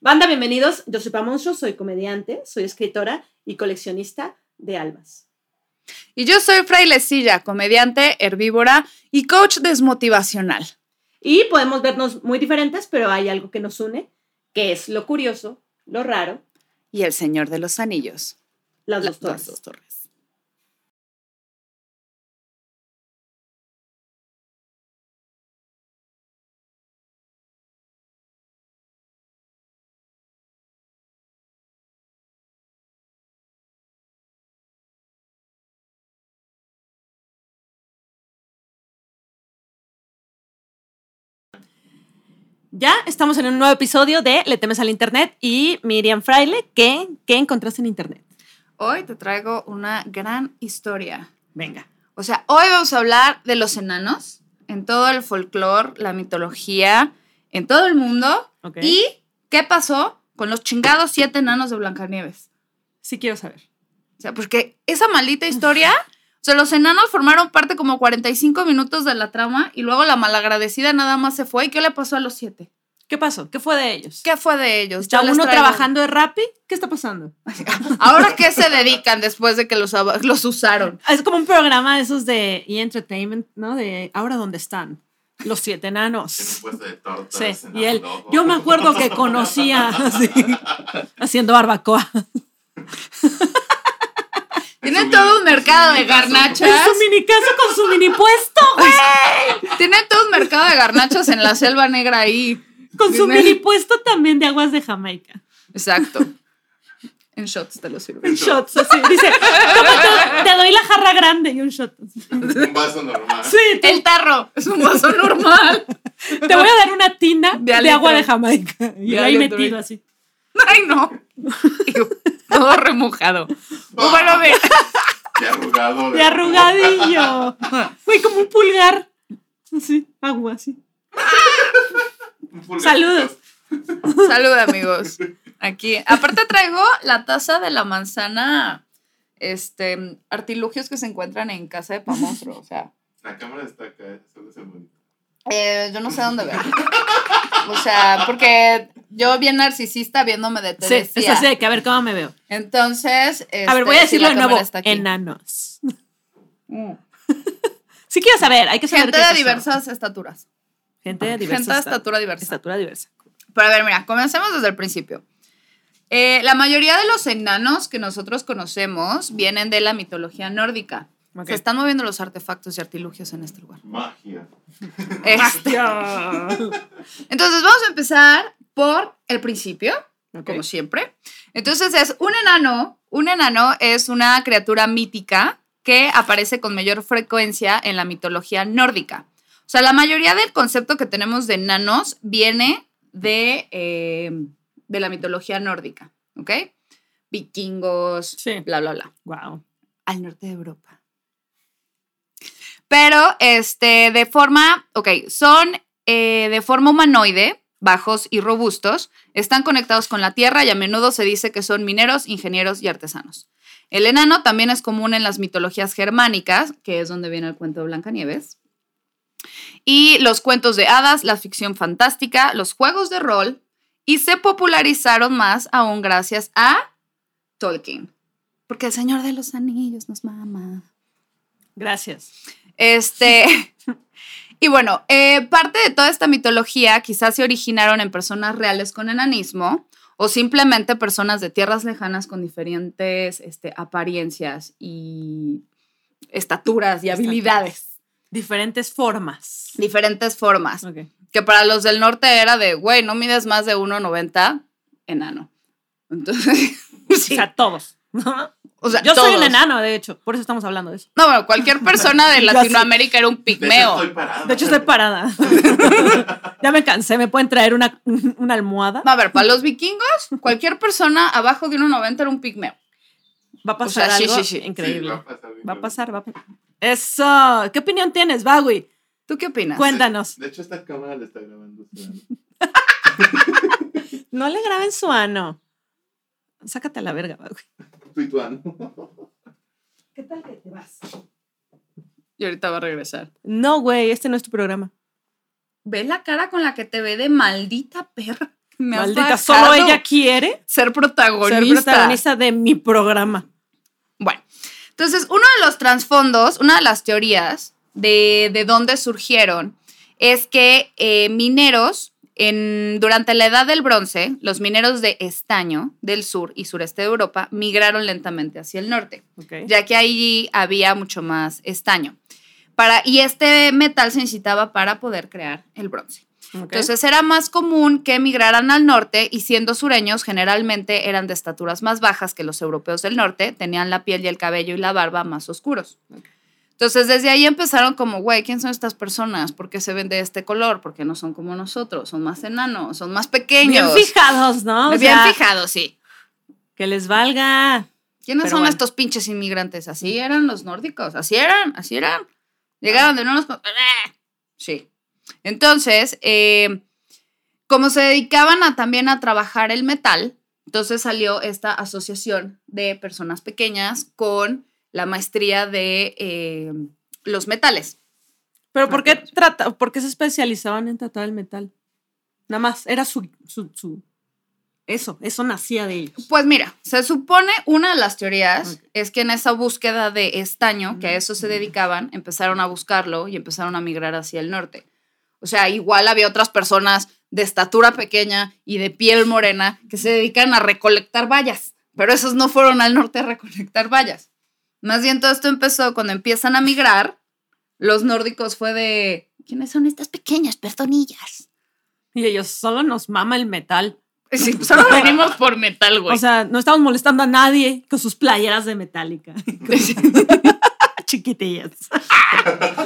Banda, bienvenidos. Yo soy Pamoncho, soy comediante, soy escritora y coleccionista de almas. Y yo soy Frailecilla, comediante, herbívora y coach desmotivacional. Y podemos vernos muy diferentes, pero hay algo que nos une, que es lo curioso, lo raro. Y el Señor de los Anillos. Las, dos torres. dos torres. Ya estamos en un nuevo episodio de Le temes al internet y Miriam Fraile, ¿qué, qué encontraste en internet? Hoy te traigo una gran historia. Venga. O sea, hoy vamos a hablar de los enanos en todo el folclore, la mitología, en todo el mundo. Ok. ¿Y qué pasó con los chingados siete enanos de Blancanieves? Sí quiero saber. O sea, porque esa maldita historia, o sea, los enanos formaron parte como 45 minutos de la trama y luego la malagradecida nada más se fue. ¿Y qué le pasó a los siete? ¿Qué pasó? ¿Qué fue de ellos? ¿Qué fue de ellos? ¿Está Yo les uno traigo- trabajando de Rappi? ¿Qué está pasando? ¿Ahora qué se dedican después de que los, ab- los usaron? Es como un programa de esos de E-Entertainment, ¿no? De ahora dónde están los siete enanos. puesto de tortas. Sí, en y él, Adobo. yo me acuerdo que conocía así, haciendo barbacoa. Tienen mini- todo un en su mercado de mini caso. En garnachas. su mini casa con su mini puesto, güey. Tienen todo un mercado de garnachas en la selva negra ahí. Con su Dime. mini puesto también de aguas de Jamaica. Exacto. En shots te lo sirven. En shots, así. Dice, "Toma, te- te doy la jarra grande y un shot. Un vaso normal. Sí, te, El tarro es un vaso normal. te voy a dar una tina De de, agua alitro. de Jamaica. Y De ahí alitro. metido así. Ay, no. Digo, Todo remojado. O bueno, a ver. De arrugado. De arrugadillo. Güey, como un pulgar. Así, agua, así. Un pulgar. Saludos. Salud, amigos. Aquí. Aparte traigo la taza de la manzana. Este, artilugios que se encuentran en casa de Pamostro. O sea, La cámara está acá. Solo se mueve. eh, yo no sé dónde ver. O sea, porque yo bien narcisista viéndome de Sí, Teresia. es así de que a ver cómo me veo. Entonces, A ver, voy a Este, decirlo de nuevo. En Enanos. Sí quiero saber, hay que saber Gente qué de pasó. diversas estaturas. Gente de diversa Gente de estatura diversa. Estatura diversa. Pero a ver, mira, comencemos desde el principio. Eh, la mayoría de los enanos que nosotros conocemos vienen de la mitología nórdica. Ok. Se están moviendo los artefactos y artilugios en este lugar. Magia. Este, Entonces vamos a empezar por el principio, Ok. como siempre. Entonces es un enano. Un enano es una criatura mítica que aparece con mayor frecuencia en la mitología nórdica. O sea, la mayoría del concepto que tenemos de enanos viene de, eh, de la mitología nórdica, ¿ok? Vikingos, Sí. bla, bla, bla Wow. al norte de Europa. Pero, este, de forma, ok, son eh, de forma humanoide, bajos y robustos, están conectados con la tierra y a menudo se dice que son mineros, ingenieros y artesanos. El enano también es común en las mitologías germánicas, que es donde viene el cuento de Blancanieves. Y los cuentos de hadas, la ficción fantástica, los juegos de rol, y se popularizaron más aún gracias a Tolkien. Porque el Señor de los Anillos nos mama. Gracias. Este. y bueno, eh, parte de toda esta mitología quizás se originaron en personas reales con enanismo o simplemente personas de tierras lejanas con diferentes este, apariencias y estaturas y habilidades, Diferentes formas. diferentes formas, Ok. que para los del norte era de, güey, no mides más de 1,90, enano. Entonces, sí, O sea, todos. o sea, Yo soy un todos. enano, de hecho. Por eso estamos hablando de eso. No, bueno, cualquier persona Ya de sé. Latinoamérica era un De hecho, pigmeo. estoy parada. De hecho, estoy parada. ya me cansé. ¿Me pueden traer una, una almohada? No, a ver, para los vikingos, cualquier persona abajo de 1,90 era un pigmeo. Va a pasar O sea, sí, algo sí, sí. increíble. Sí, va a pasar. bien. va a pasar, va a pasar. Eso. ¿Qué opinión tienes, Bagui? ¿Tú qué opinas? Cuen- Cuéntanos. De hecho, esta cámara le está grabando. su ano. No le graben su ano. Sácate a la verga, Bagui. Tú y tu ano. ¿Qué tal que te vas? Y ahorita va a regresar. No, güey, este no es tu programa. ¿Ves la cara con la que te ve de maldita perra? Me has Maldita, dejado solo ella quiere ser protagonista. ser protagonista de mi programa. Bueno, entonces uno de los trasfondos, una de las teorías de, de dónde surgieron es que eh, mineros en- durante la Edad del Bronce, los mineros de estaño del sur y sureste de Europa migraron lentamente hacia el norte Okay. ya que allí había mucho más estaño. Para, y este metal se necesitaba para poder crear el bronce. Ok. Entonces era más común que emigraran al norte y siendo sureños generalmente eran de estaturas más bajas que los europeos del norte, tenían la piel y el cabello y la barba más oscuros. Entonces desde ahí empezaron como, güey, ¿quién son estas personas? ¿Por qué se ven de este color? ¿Por qué no son como nosotros? Son más enanos, son más bien pequeños. fijados, ¿no? O Bien sea, fijados, sí. Que les valga. ¿Quiénes Pero son bueno. estos pinches inmigrantes? Así eran los nórdicos, así eran, así eran. Llegaron de no nos... Sí. Entonces, eh, como se dedicaban a, también a trabajar el metal, entonces salió esta asociación de personas pequeñas con la maestría de eh, los metales. Pero ¿por qué, Ok. trata, ¿por qué se especializaban en tratar el metal? Nada más, era su, su, su- Eso, eso nacía de ellos. Pues mira, se supone una de las teorías Ok. es que en esa búsqueda de estaño, que a eso se dedicaban, empezaron a buscarlo y empezaron a migrar hacia el norte. O sea, igual había otras personas de estatura pequeña y de piel morena que se dedican a recolectar vallas, pero esos no fueron al norte a recolectar vallas. Más bien todo esto empezó cuando empiezan a migrar, los nórdicos fue de, ¿quiénes son estas pequeñas personillas? Y ellos solo nos mama el metal. Sí, solo venimos por metal, güey. O sea, no estamos molestando a nadie con sus playeras de metálica. Chiquitillas.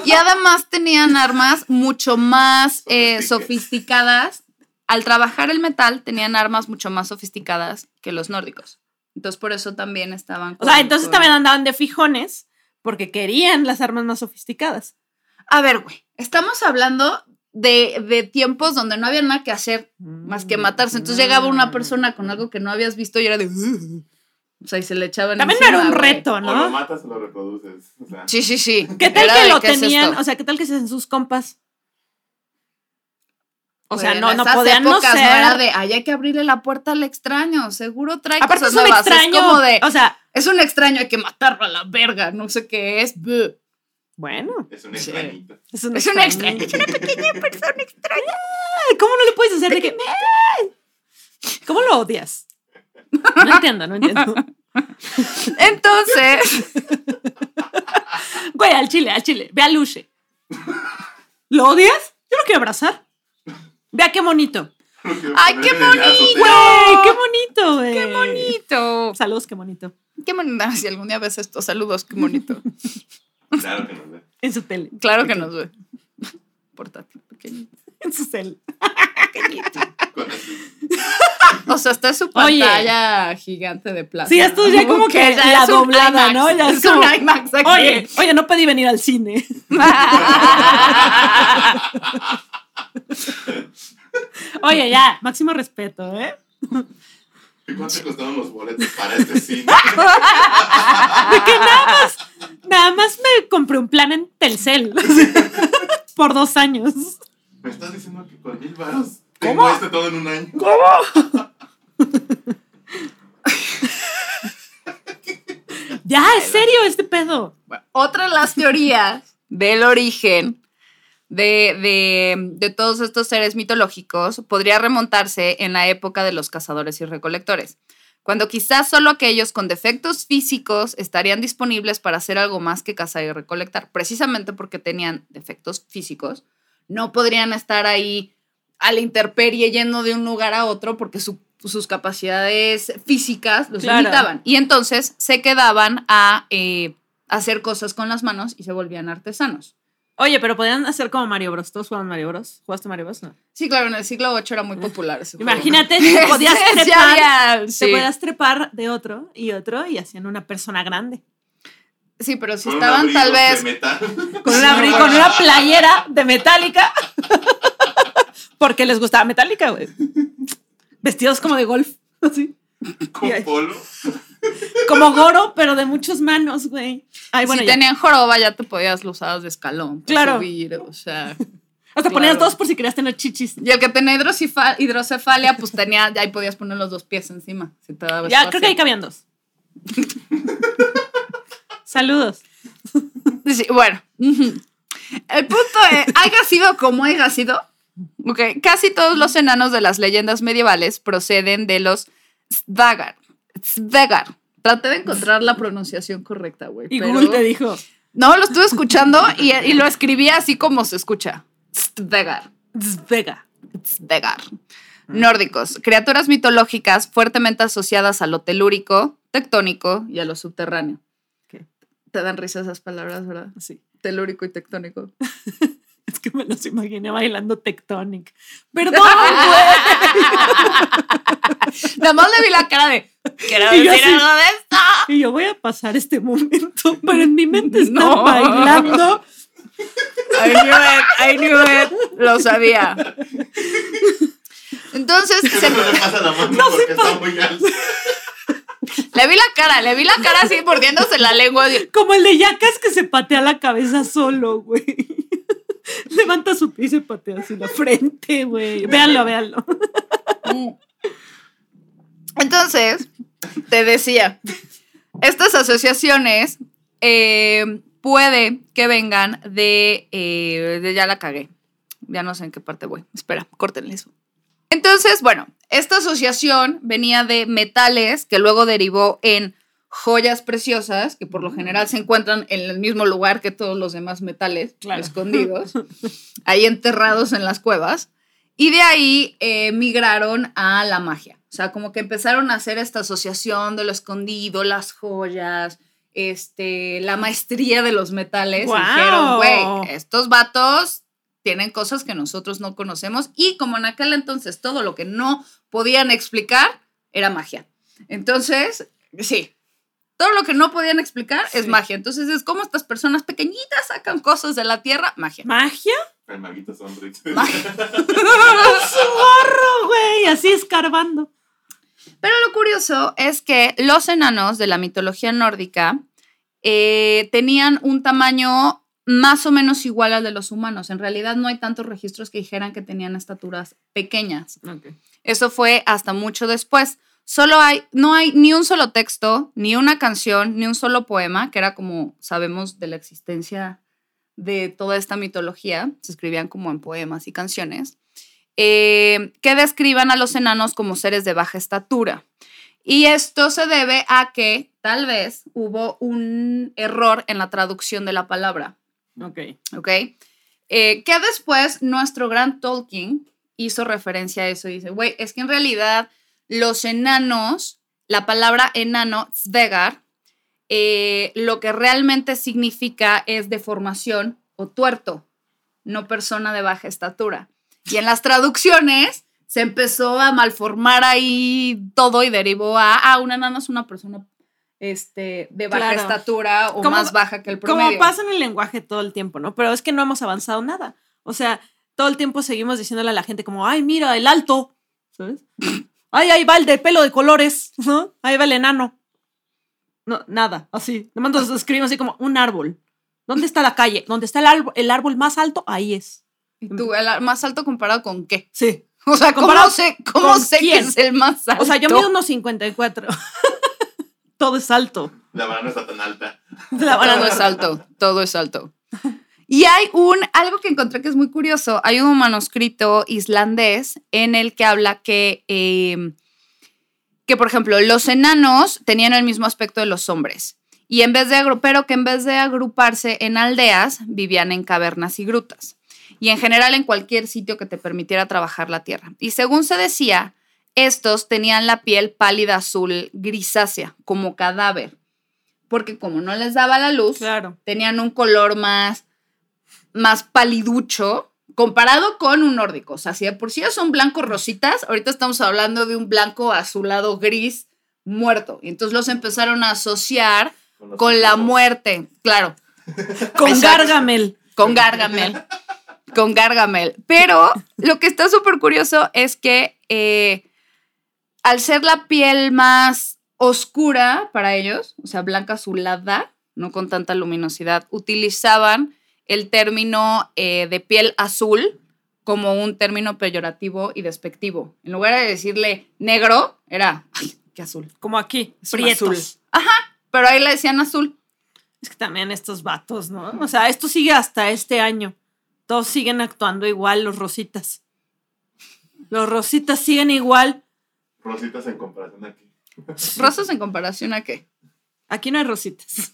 Y además tenían armas mucho más eh, sofisticadas. Al trabajar el metal, tenían armas mucho más sofisticadas que los nórdicos. Entonces, por eso también estaban. O con- sea, entonces con- también andaban de fijones porque querían las armas más sofisticadas. A ver, güey. Estamos hablando de, de tiempos donde no había nada que hacer más Mm, que matarse. Entonces, llegaba una persona con algo que no habías visto y era de. "Ugh". O sea, y se le echaban. También no era encima, un güey. reto, O lo ¿Ah, ¿no? matas o lo reproduces. O sea, Sí, sí, sí. ¿Qué tal Era que de, lo "¿Qué es tenían? esto?". o sea, ¿qué tal que se hacen sus compas? O Güey, sea, Pues en no, no esas podían no épocas ser. era de, ay, hay que abrirle la puerta al extraño, seguro trae Aparte cosas es un nuevas". extraño. Es como de, O sea, es un extraño, hay que matarlo a la verga, no sé qué es. buh". bueno, es un Sí. extrañito. es un Es un extraño, es una pequeña persona extraña. Ay, ¿Cómo no le puedes hacer de que... ¿Cómo lo odias? No entiendo, no entiendo. Entonces, Güey, al chile, al chile. Ve a Luche. ¿Lo odias? Yo lo quiero abrazar. Vea qué bonito. Ay, qué Güey, qué bonito, güey. ¡Oh! qué bonito. Saludos, qué bonito. Qué bonito. Si algún día ves estos saludos, qué bonito. Claro que nos ve. En su tele. Claro que nos ve. Portátil, pequeñito. En su tele. Con el- O sea, está su Oye. pantalla gigante de plata. Sí, esto ya ¿no? como que la es un doblada, IMAX, ¿no? Ya es es como- un IMAX aquí. Oye, oye, no pedí venir al cine. Oye, ya, máximo respeto, ¿eh? ¿Y ¿Cuánto costaron los boletos para este cine? De que nada más, nada más me compré un plan en Telcel. Por dos años. Me estás diciendo que con mil varos ¿Cómo? tengo este todo en un año. Ya, es serio este pedo. Bueno, otra de las teorías del origen de, de- de todos estos seres mitológicos podría remontarse en la época de los cazadores y recolectores, cuando quizás solo aquellos con defectos físicos estarían disponibles para hacer algo más que cazar y recolectar, precisamente porque tenían defectos físicos, no podrían estar ahí a la intemperie yendo de un lugar a otro porque su- sus capacidades físicas los Claro. limitaban. Y entonces se quedaban a eh, hacer cosas con las manos y se volvían artesanos. Oye, pero podrían hacer como Mario Bros. ¿Todos jugaban Mario Bros? ¿Jugaste Mario Bros? No. Sí, claro, en el siglo VIII era muy popular ese juego. Eh, Imagínate, te podías Sí, sí trepar. había, sí. Te podías trepar de otro y otro y hacían una persona grande. Sí, pero si Con un estaban tal abrigo de vez... metal. Con una, Sí, bri- güey. con una playera de Metallica. Porque les gustaba Metallica, güey. Vestidos como de golf. Así. Con polo. Como goro, pero de muchas manos, güey. Ay, bueno, si ya. tenían joroba ya te podías usar de escalón. para Claro. subir, o sea... Hasta ponías Claro. dos por si querías tener chichis. Y el que tenía hidrocifa- hidrocefalia, pues tenía, ahí podías poner los dos pies encima. Si te daba Ya, espacio. creo que ahí cabían dos. Saludos. Sí, bueno, ujú. el punto es, haya sido como haya sido, ok, casi todos los enanos de las leyendas medievales proceden de los Sdagar. Sdagar. Traté de encontrar la pronunciación correcta, güey. Y pero- Google te dijo. No, lo estuve escuchando y, y lo escribí así como se escucha. Sdagar. Zvega. Sdegar. Mm. Nórdicos, criaturas mitológicas fuertemente asociadas a lo telúrico, tectónico y a lo subterráneo. Ok. Te dan risa esas palabras, ¿verdad? Sí. Telúrico y tectónico. Es que me los imaginé bailando Tectonic. Perdón, güey. Nada más le vi la cara de. Quiero Y yo decir así- algo de esto. Y yo voy a pasar este momento, pero en mi mente están No. bailando. I knew it, I knew it. Lo sabía. Entonces, se- No le pasa la mano porque está muy alto. le vi la cara, le vi la cara así mordiéndose la lengua. así. Como el de Yacas que se patea la cabeza solo, güey. Levanta su pie y se patea así la frente, güey. Véanlo, véanlo. Entonces, te decía, estas asociaciones eh, puede que vengan de, eh, de- Ya la cagué. Ya no sé en qué parte voy. Espera, córtenle eso. Entonces, bueno, esta asociación venía de metales que luego derivó en joyas preciosas, que Mm. por lo general se encuentran en el mismo lugar que todos los demás metales, Claro. escondidos, ahí enterrados en las cuevas. Y de ahí eh, migraron a la magia. O sea, como que empezaron a hacer esta asociación de lo escondido, las joyas, este, la maestría de los metales. Y ¡Guau! Dijeron, güey, estos vatos tienen cosas que nosotros no conocemos. Y como en aquel entonces todo lo que no podían explicar era magia. Entonces, sí. Todo lo que no podían explicar es Sí. magia. Entonces es como estas personas pequeñitas sacan cosas de la tierra, magia. ¿Magia? El maguito sonrisa. ¡Su gorro, güey! Así escarbando. Pero lo curioso es que los enanos de la mitología nórdica eh, tenían un tamaño más o menos igual al de los humanos. En realidad no hay tantos registros que dijeran que tenían estaturas pequeñas. Eso fue hasta mucho después. Solo hay, no hay ni un solo texto, ni una canción, ni un solo poema, que era como sabemos de la existencia de toda esta mitología, se escribían como en poemas y canciones, eh, que describan a los enanos como seres de baja estatura. Y esto se debe a que tal vez hubo un error en la traducción de la palabra. Ok. ¿ok? Eh, que después nuestro gran Tolkien hizo referencia a eso y dice, güey, es que en realidad los enanos, la palabra enano, Svegar, lo que realmente significa es deformación o tuerto, no persona de baja estatura. Y en las traducciones se empezó a malformar ahí todo y derivó a, ah, un enano es una persona este, de baja Claro. estatura o Como- más baja que el promedio. Como pasa en el lenguaje todo el tiempo, ¿no? Pero es que no hemos avanzado nada. O sea, todo el tiempo seguimos diciéndole a la gente como, ay, mira, el alto, ¿sabes? Ay, ahí va el de pelo de colores, ¿no? Ahí va el enano. No, nada, así. Nomás nos escribimos así como un árbol. ¿Dónde está la calle? ¿Dónde está el árbol, el árbol más alto? Ahí es. ¿Y tú, el a- más alto comparado con qué? Sí. O sea, ¿cómo Mm. ¿Comparado sé, cómo con sé que quién? es el más alto? O sea, yo mido unos 54. todo es alto. La mano no está tan alta. La Todo es alto, todo es alto. Y hay un, algo que encontré que es muy curioso, hay un manuscrito islandés en el que habla que, eh, que por ejemplo, los enanos tenían el mismo aspecto de los hombres, y en vez de, agru- pero que en vez de agruparse en aldeas, vivían en cavernas y grutas, y en general en cualquier sitio que te permitiera trabajar la tierra. Y según se decía, estos tenían la piel pálida azul grisácea, como cadáver, porque como no les daba la luz, Claro. tenían un color más, más paliducho comparado con un nórdico. O sea, si de por sí ya son blancos rositas, ahorita estamos hablando de un blanco azulado gris muerto. Y entonces los empezaron a asociar los con la ojos. muerte, claro, Con Exacto. Gargamel. con Gargamel. Con Gargamel. Pero lo que está súper curioso es que eh, al ser la piel más oscura para ellos, o sea, blanca azulada, no con tanta luminosidad, utilizaban el término eh, de piel azul como un término peyorativo y despectivo. En lugar de decirle negro, era, ay, qué azul. Como aquí, Es un prietos. azul. Pero ahí le decían azul. Es que también estos vatos, ¿no? O sea, esto sigue hasta este año. Todos siguen actuando igual, los rositas. Los rositas siguen igual. Rositas en comparación aquí. Rosas en comparación a qué? Aquí no hay rositas.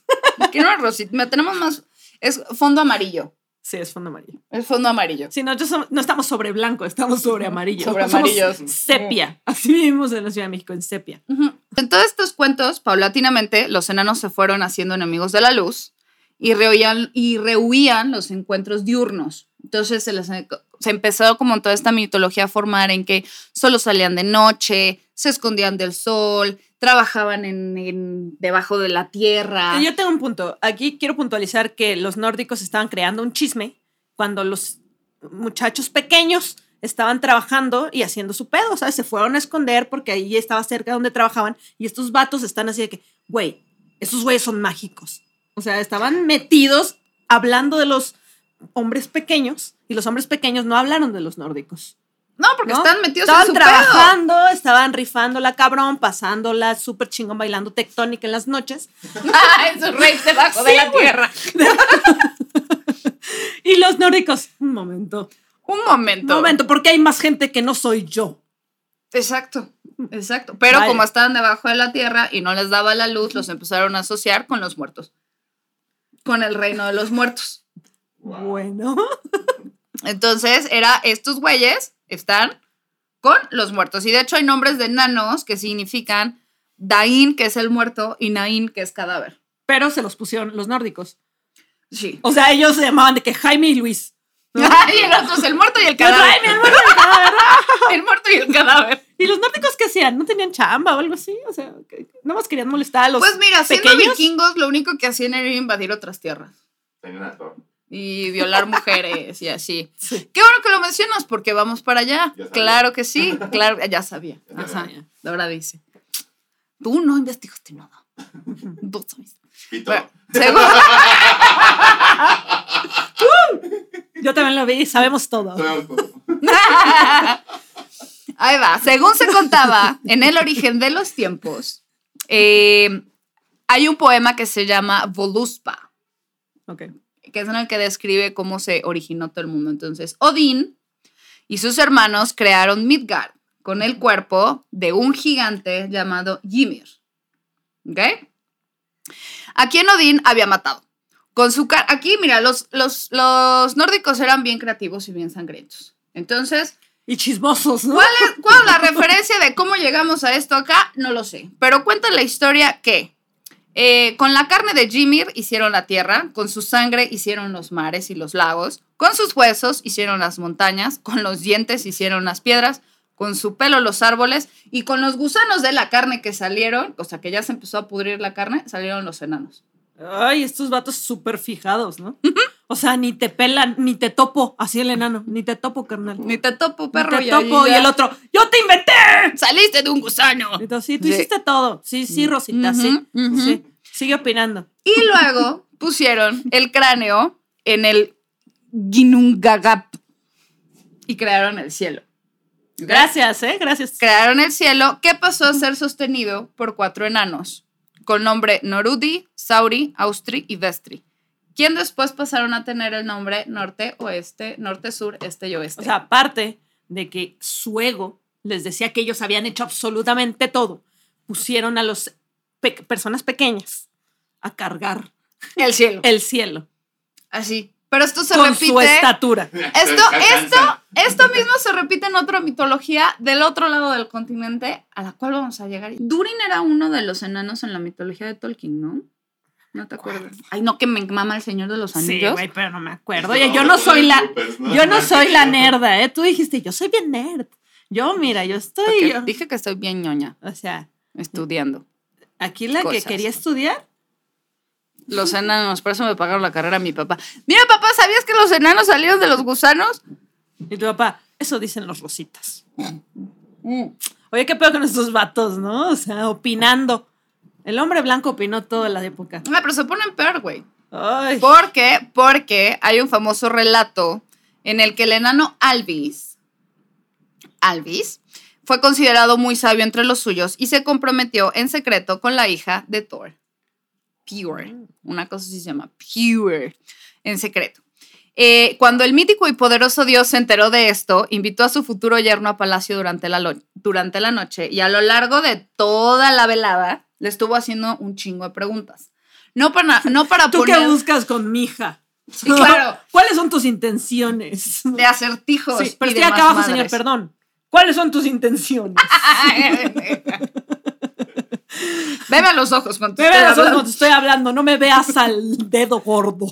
Que no es rosita, tenemos más, es fondo amarillo. Sí, es fondo amarillo. Es fondo amarillo. Sí, no, yo som- no estamos sobre blanco, estamos sobre amarillo. Sobre Somos amarillos. Sepia. Así vivimos en la Ciudad de México, en sepia. Ujú. En todos estos cuentos, paulatinamente, los enanos se fueron haciendo enemigos de la luz y rehuían, y rehuían los encuentros diurnos. Entonces se, les- se empezó como en toda esta mitología a formar en que solo salían de noche, se escondían del sol, trabajaban en, en- debajo de la tierra. Yo tengo un punto. Aquí quiero puntualizar que los nórdicos estaban creando un chisme cuando los muchachos pequeños estaban trabajando y haciendo su pedo, ¿sabes? Se fueron a esconder porque ahí estaba cerca donde trabajaban y estos vatos están así de que, güey, esos güeyes son mágicos. O sea, estaban metidos hablando de los hombres pequeños y los hombres pequeños no hablaron de los nórdicos. no, porque ¿no? están metidos en Estaban su pedo. trabajando, estaban rifando la cabrón, pasándola súper chingón, bailando tectónica en las noches. Ah, en su rey debajo de Sí, la güey. tierra. Y los nórdicos, un momento, Un momento. un momento, porque hay más gente que no soy yo. Exacto, exacto. Pero Vale. como estaban debajo de la tierra y no les daba la luz, los empezaron a asociar con los muertos, con el reino de los muertos. Wow. Bueno, Entonces era estos güeyes están con los muertos. Y de hecho hay nombres de enanos que significan Dain, que es el muerto, y Nain, que es cadáver. pero se los pusieron los nórdicos. Sí. O sea, ellos se llamaban de que Jaime y Luis. y el otro es el muerto y el cadáver. Jaime, el muerto y el cadáver. El muerto y el cadáver. ¿Y los nórdicos qué hacían? ¿No tenían chamba o algo así? O sea, ¿qué- qué? ¿no más querían molestar a los Pues mira, siendo pequeños? vikingos, lo único que hacían era invadir otras tierras. Tenía un actor. y violar mujeres y así. Sí. Qué bueno que lo mencionas porque vamos para allá. Ya sabía. Claro que sí, claro, ya sabía. Ya Ajá, sabía. ahora dice. Tú no investigaste nada. Tú sabes. Pito. Bueno, según- Yo también lo vi, sabemos todo. Sabemos todo. Ahí va. Según se contaba, en el origen de los tiempos, eh, hay un poema que se llama Voluspa. Ok. que es en el que describe cómo se originó todo el mundo. Entonces, Odín y sus hermanos crearon Midgard con el cuerpo de un gigante llamado Ymir. ¿Ok? A quien Odín había matado. Con su cara. Aquí, mira, los, los, los nórdicos eran bien creativos y bien sangrientos. Entonces, Y chismosos, ¿no? ¿Cuál es, cuál es la referencia de cómo llegamos a esto acá? No lo sé. Pero cuenta la historia que eh, con la carne de Jimir hicieron la tierra, con su sangre hicieron los mares y los lagos, con sus huesos hicieron las montañas, con los dientes hicieron las piedras, con su pelo los árboles y con los gusanos de la carne que salieron, o sea que ya se empezó a pudrir la carne, salieron los enanos. Ay, estos vatos súper fijados, ¿no? O sea, ni te pelan, ni te topo, así el enano, ni te topo, carnal. Ni te topo, perro. Ni te topo, y el otro, ¡yo te inventé! Saliste de un gusano. Entonces, sí, tú Sí. Mm. hiciste todo. Sí, sí, Rosita, sí. Ujú, ujú. Sí. Sigue opinando. Y luego pusieron el cráneo en el Ginungagap y crearon el cielo. Gracias, ¿eh? Gracias. Crearon el cielo que pasó a ser sostenido por cuatro enanos con nombre Norudi, Sauri, Austri y Vestri, quien después pasaron a tener el nombre norte, oeste, norte, sur, este y oeste. O sea, aparte de que su ego les decía que ellos habían hecho absolutamente todo, pusieron a las personas pequeñas a cargar el cielo. el cielo Así. Pero esto se con repite. su estatura. Esto, esto, Cansa. esto mismo se repite en otra mitología del otro lado del continente a la cual vamos a llegar. Durin era uno de los enanos en la mitología de Tolkien, ¿no? No te acuerdas. Ay, no, que me mama el Señor de los Sí, Anillos. güey, pero no me acuerdo. Oye, yo pues, no soy la, yo no soy la nerda, ¿eh? Tú dijiste, yo soy bien nerd. Yo, mira, yo estoy... Porque yo- Dije que estoy bien ñoña o sea, estudiando. aquí la Cosas. que quería estudiar, Los enanos, por eso me pagaron la carrera a mi papá. Mira, papá, ¿sabías que los enanos salieron de los gusanos? y tu papá, eso dicen los rositas. Mm. Oye, qué pedo con estos vatos, ¿no? O sea, opinando. El hombre blanco opinó toda la época. Ah, pero se ponen peor, güey. Ay, Porque, porque hay un famoso relato en el que el enano Alvis, Alvis, fue considerado muy sabio entre los suyos y se comprometió en secreto con la hija de Thor, Pure. Mm. Una cosa así se llama Pure, en secreto. Eh, cuando el mítico y poderoso dios se enteró de esto, invitó a su futuro yerno a palacio durante la, lo- durante la noche y a lo largo de toda la velada le estuvo haciendo un chingo de preguntas. No para, no para ¿Tú poner qué buscas con mi hija? Sí, claro. ¿Cuáles son tus intenciones? de acertijos. Sí, pero y estoy demás acá abajo, madres. señor, perdón. ¿Cuáles son tus intenciones? Veme a los ojos cuando te Bebe estoy los ojos hablando. cuando te estoy hablando, no me veas al dedo gordo.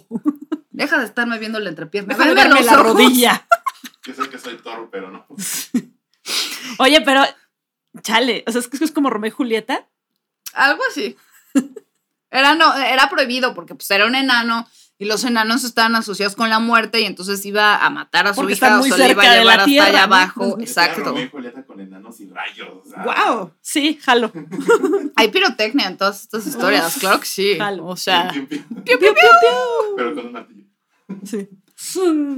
Deja de estarme viendo la entrepierna. Déjame Veme a verme los la ojos. rodilla. Yo sé que soy toro, pero no. Oye, pero chale, o sea, es que es como Romeo y Julieta. Algo así. Era, no, era prohibido porque pues, era un enano y los enanos estaban asociados con la muerte y entonces iba a matar a su Porque hija están o muy se la iba cerca a de llevar la hasta tierra, allá ¿no? abajo. Ujú. Era Exacto. Romeo y Julieta con enanos y rayos. o sea, Sí, jalo. Hay pirotecnia en todas estas historias, Uf, claro que sí. jalo. O sea, piu, piu, piu, Piu, piu, piu, Pero con un martillo. piu. Sí.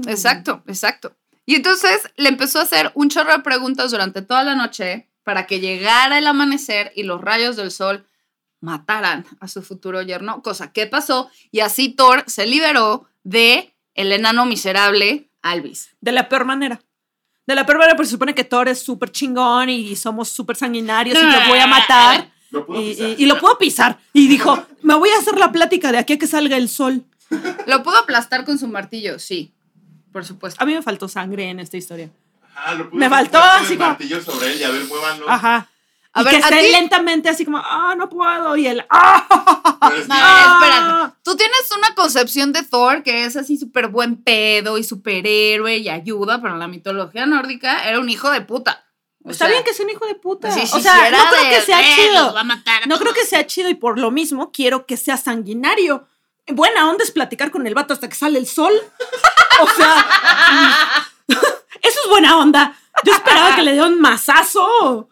exacto, exacto. Y entonces le empezó a hacer un chorro de preguntas durante toda la noche para que llegara el amanecer y los rayos del sol mataran a su futuro yerno, cosa que pasó y así Thor se liberó de el enano miserable Alvis. De la peor manera. De la peor manera, porque se supone que Thor es súper chingón y somos súper sanguinarios y te voy Ah, a matar. Lo puedo Y, pisar. y- y lo puedo pisar. Y dijo, me voy a hacer la plática de aquí a que salga el sol. Lo pudo aplastar con su martillo, sí. Por supuesto. A mí me faltó sangre en esta historia. Ajá, lo pude Me pisar faltó con el así como- martillo sobre él y a ver, muévanlo. Ajá. A y ver, que a esté ti- lentamente así como, ah, no puedo. Y él, ah, Pero es No, que- a ver, Ah. espérate. Tú tienes una concepción de Thor que es así súper buen pedo y superhéroe y ayuda, pero en la mitología nórdica era un hijo de puta. O está sea, bien que es un hijo de puta. sí, sí, o sea, sí, era no creo Pues de, que sea "Eh, chido. los va a matar a No creo todos". que sea chido y por lo mismo quiero que sea sanguinario. Buena onda es platicar con el vato hasta que sale el sol. O sea, eso es buena onda. Yo esperaba que le diera un mazazo.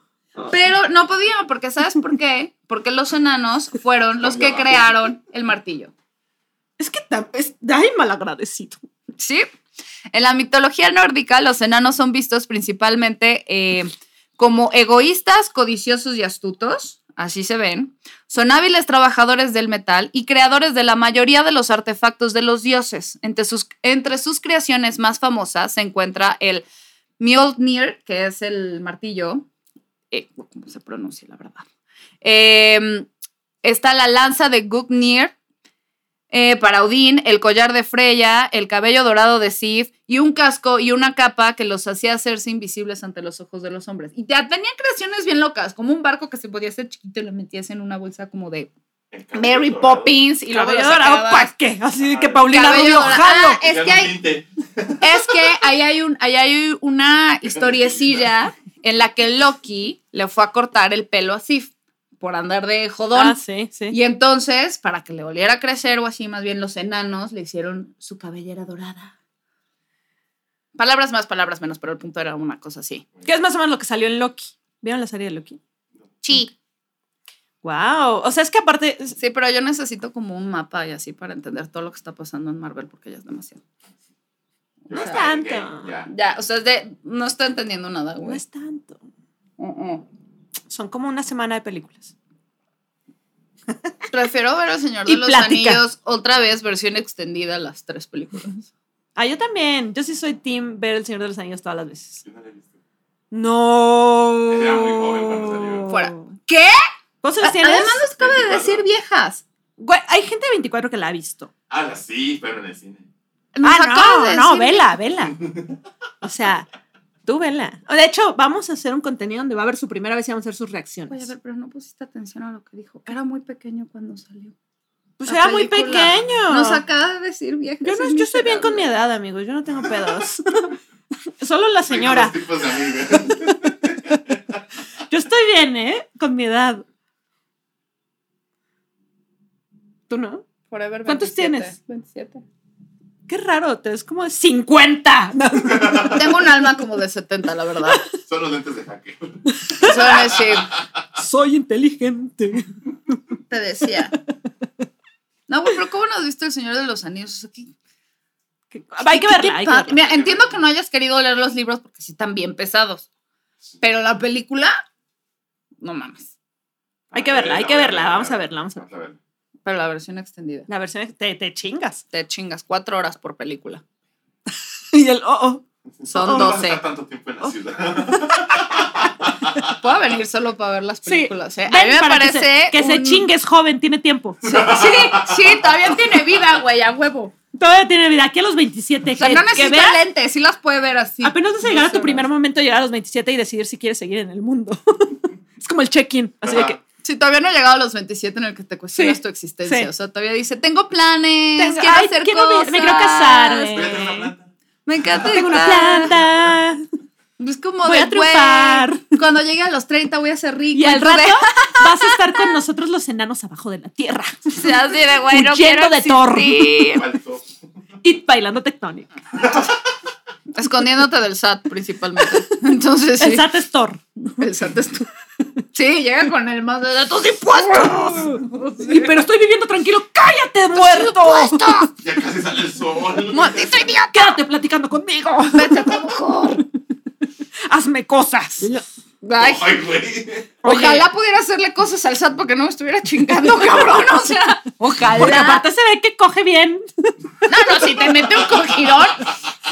Pero no podía, porque ¿sabes por qué? Porque los enanos fueron los que Cambiaba. crearon el martillo. Es que ta- es, ay, malagradecido. ¿Sí? En la mitología nórdica, los enanos son vistos principalmente eh, como egoístas, codiciosos y astutos. Así se ven. Son hábiles trabajadores del metal y creadores de la mayoría de los artefactos de los dioses. Entre sus, entre sus creaciones más famosas se encuentra el Mjolnir, que es el martillo. Eh, ¿Cómo se pronuncia, la verdad? Eh, está la lanza de Gugnir, eh, para Odín, el collar de Freya, el cabello dorado de Sif y un casco y una capa que los hacía hacerse invisibles ante los ojos de los hombres. Y te- tenían creaciones bien locas, como un barco que se podía hacer chiquito y lo metías en una bolsa como de el cabello Mary dorado. Poppins y Y luego cabello lo dorado, sacabas. ¿para qué? Así de Ah, que el Paulina Cabello Rubio, dorado. jalo. Ah, es Ya que no hay- tinte. Es que ahí hay, un, ahí hay una historiecilla en la que Loki le fue a cortar el pelo a Sif por andar de jodón. Ah, sí, sí. Y entonces, para que le volviera a crecer o así, más bien los enanos le hicieron su cabellera dorada. Palabras más, palabras menos, pero el punto era una cosa así. Que es más o menos lo que salió en Loki. ¿Vieron la serie de Loki? Sí. Wow. O sea, es que aparte, Sí, pero yo necesito como un mapa y así para entender todo lo que está pasando en Marvel porque ya es demasiado. Yo No hasta tanto. llegué, Ah, ya. Ya, o sea, es de, no estoy entendiendo nada, no güey. es tanto. Uh-uh. Son como una semana de películas. Prefiero ver El Señor Y de los plática. Anillos otra vez, versión extendida, las tres películas. Ah, yo también. Yo sí soy team ver El Señor de los Anillos todas las veces. Yo no la he visto. No. Era muy joven cuando salió. Fuera. ¿Qué? ¿Cuántos años tienes? Además, nos acaba de 24. decir viejas. Güey, hay gente de 24 que la ha visto. Ah, la sí, pero en el cine. Nos ah, acabas no, de no, decir vela, vela. O sea, tú vela. De hecho, vamos a hacer un contenido donde va a haber su primera vez y vamos a hacer sus Oye, a reacciones. ver, pero no pusiste atención a lo que dijo. Era muy pequeño cuando salió. Pues la era muy película. pequeño. Nos acaba de decir vieja. yo no, yo estoy bien con mi edad, amigos. Yo no tengo pedos. Solo la Tengo señora. dos tipos de amigas. Yo estoy bien, ¿eh? Con mi edad. ¿Tú no? ¿Cuántos tienes? 27. Qué raro, te ves como de 50. Tengo un alma como de 70, la verdad. Son los lentes de jaque. Eso van a decir, Soy inteligente. te decía. No, güey, pero ¿cómo no has visto El Señor de los Anillos? O sea, ¿qué, Hay que verla. hay que verla. Mira, entiendo que no hayas querido leer los libros porque sí están bien pesados. Pero la película, no mames. Hay que verla, hay que verla, vamos a verla, vamos a Vamos a verla. Pero la versión extendida. La versión es- te, te chingas. Te chingas, cuatro horas por película. Y el oh, oh. Son No vas a 12. estar tanto tiempo en la ciudad. Puedo venir solo para ver las Sí. películas. ¿eh? A Ven mí me para parece. Que se, que se un- chingues, joven, tiene tiempo. Sí, sí, sí, todavía tiene vida, güey, a huevo. Todavía tiene vida. Aquí a los 27. O sea, que- no que necesita veas, lentes, sí las puede ver así. Apenas vas a llegar a tu Dos primer horas. momento, llegar a los 27 y decidir si quieres seguir en el mundo. es como el check-in. Así de que. "Ah, Ajá. Sí, todavía no he llegado a los 27 en el que te cuestionas Sí, tu existencia. sí. O sea, todavía dice, tengo planes, Tengo- quiero ay, hacer quiero cosas. vi- me quiero casar, Voy a tener una planta. Me encanta. Tengo una estar". planta. Es como Voy de, a triunfar. "Güey, Cuando llegue a los 30 voy a ser rico. Y al tú de- rato vas a estar con nosotros los enanos abajo de la tierra. Se así de, güey, Huyendo no quiero de Thor". existir". Faltó. Y bailando tectónico. Escondiéndote del SAT principalmente. Entonces, sí, El SAT es Thor. el SAT es tú. Sí, llega con el más de tus impuestos. Y, pero estoy viviendo tranquilo. ¡Cállate, muerto! Ya casi sale el sol. ¡Maldito idiota! ¡Quédate platicando conmigo! ¡Vete a trabajar! ¡Hazme cosas! Ay, Ay, güey. Ojalá pudiera hacerle cosas al SAT porque no me estuviera chingando, cabrón. O sea, Porque ojalá. aparte se ve que coge bien. No, no, si te mete un cogirón.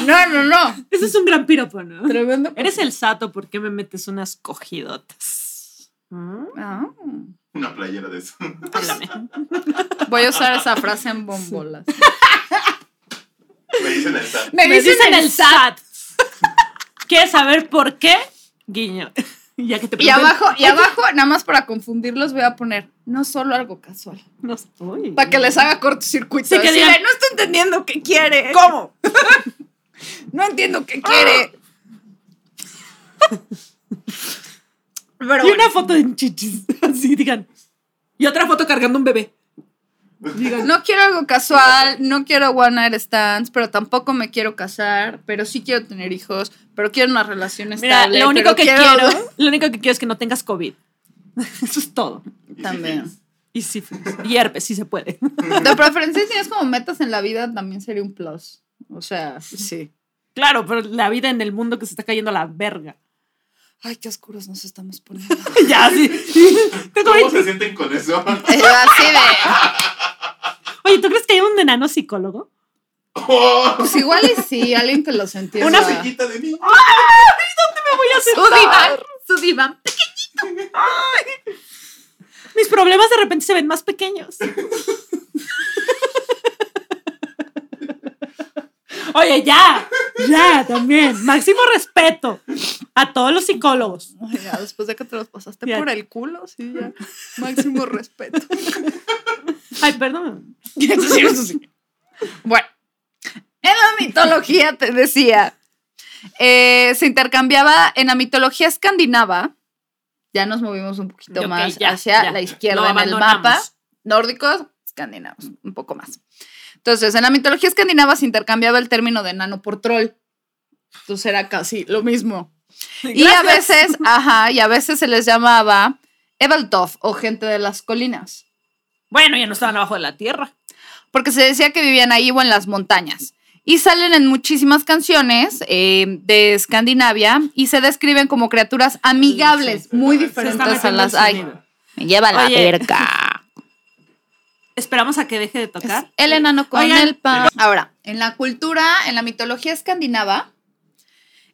No, no, no. Ese es un gran piropo, ¿no? Tremendo. Eres el sato, ¿por qué me metes unas cogidotas? ¿Mm? Ah, Una playera de eso. Háblame. Pues, voy a usar esa frase en bombolas. Me dicen el SAT. Me dicen, el SAT. ¿Quieres saber por qué? Guiño. Ya que te Y pregunten, abajo, y abajo, nada más para confundirlos, voy a poner no solo algo casual. No estoy. Para que les haga cortocircuito. Sí, que Así de, digan- no está entendiendo qué quiere. ¿Cómo? No entiendo qué quiere. Ah. Pero Y bueno. una foto de chichis. Así digan. Y otra foto cargando un bebé. Digan. No quiero algo casual, no quiero one night stands, pero tampoco me quiero casar, pero sí quiero tener hijos, pero quiero una relación Mira, estable. lo único pero que quiero, lo único que quiero es que no tengas COVID. Eso es todo. Y También. sífilis. Y sífilis. Y herpes, si se puede. De preferencia, si tienes como metas en la vida, también sería un plus. O sea, sí. Claro, pero la vida en el mundo que se está cayendo a la verga. Ay, qué oscuros nos estamos poniendo. ya, sí. Tengo ¿Cómo 20. se sienten con eso? Eh, Así de. Oye, ¿tú crees que hay un enano psicólogo? Oh, Pues igual y sí, alguien que los entienda. Una chiquita de mí. Me voy a Su sentar. diván, su diván. Mis problemas de repente se ven más pequeños. Oye, ya, ya, también. Máximo respeto a todos los psicólogos. Ay, ya, después de que te los pasaste Ya. por el culo, sí, ya. Máximo respeto. Ay, perdón. Eso sí, eso sí. Bueno, en la mitología te decía, eh, se intercambiaba en la mitología escandinava, ya nos movimos un poquito Ok, más ya, hacia ya. la izquierda Lo en el abandonamos. mapa, nórdicos, escandinavos, un poco más. Entonces, en la mitología escandinava se intercambiaba el término de nano por troll. Entonces era casi lo mismo. Y a Gracias. veces, ajá, y a veces se les llamaba Eveltoff o gente de las colinas Bueno, ya no estaban abajo de la tierra. porque se decía que vivían ahí o en las montañas. Y salen en muchísimas canciones eh, de Escandinavia y se describen como criaturas amigables, Sí, sí. muy Se está diferentes a metiendo las... el Ay, sonido. me lleva la Oye. verga. Esperamos a que deje de tocar. Es El enano con Oigan. el pan. Ahora, en la cultura, en la mitología escandinava,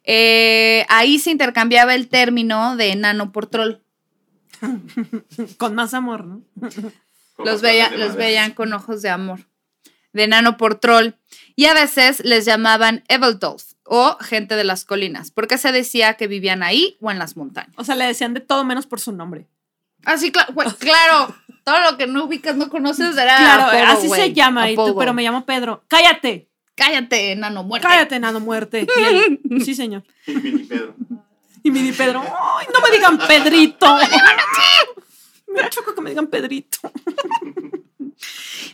eh, ahí se intercambiaba el término de enano por troll. Con más amor, ¿no? Como Los, veía- patas de los madera. veían con ojos de amor, de enano por troll. Y a veces les llamaban Eveldolf o gente de las colinas, porque se decía que vivían ahí o en las montañas. O sea, le decían de todo menos por su nombre. Así, cla- güey, claro, todo lo que no ubicas, no conoces, será. Claro, apodo, así Ah, güey, se llama. Y tú, apodo. pero me llamo Pedro. Cállate, Cállate, enano muerto. cállate, enano muerte. Y él, sí, señor. Y mini Pedro. Y mini Pedro, ¡ay, no me digan Pedrito! Me choco que me digan Pedrito.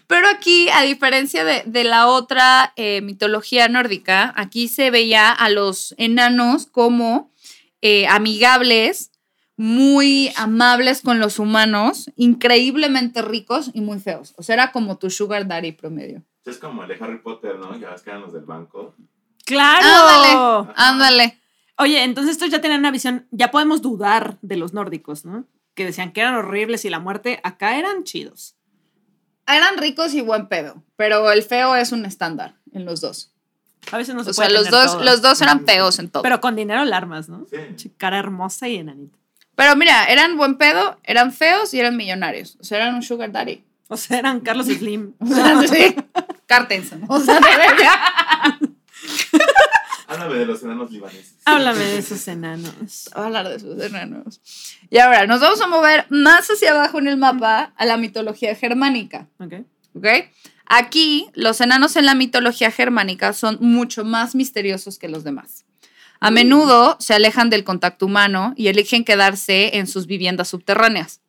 Pero aquí, a diferencia de, de la otra eh, mitología nórdica, aquí se veía a los enanos como eh, amigables, muy amables con los humanos, increíblemente ricos y muy feos. O sea, era como tu sugar daddy promedio. Es como el de Harry Potter, ¿no? Ya ves que eran los del banco. ¡Claro! Ándale, ándale. Ah, Oye, entonces estos ya tenían una visión, ya podemos dudar de los nórdicos, ¿no? Que decían que eran horribles y la muerte, acá eran chidos. Eran ricos y buen pedo, pero el feo es un estándar en los dos. A veces no se o sea, puede los tener dos, todo. los dos eran feos en todo. Pero, Pero con dinero larmas, ¿no? Sí. Che, Cara hermosa y enanita. mira, eran buen pedo, eran feos y eran millonarios. O sea, eran un sugar daddy. O sea, eran Carlos Slim. O sea, sí. Cartenson. O sea, de verdad. Háblame de los enanos libaneses. Háblame de esos enanos. Voy a hablar de sus enanos. Y ahora, nos vamos a mover más hacia abajo en el mapa a la mitología germánica. Ok. ¿Ok? Aquí, los enanos en la mitología germánica son mucho más misteriosos que los demás. A menudo se alejan del contacto humano y eligen quedarse en sus viviendas subterráneas.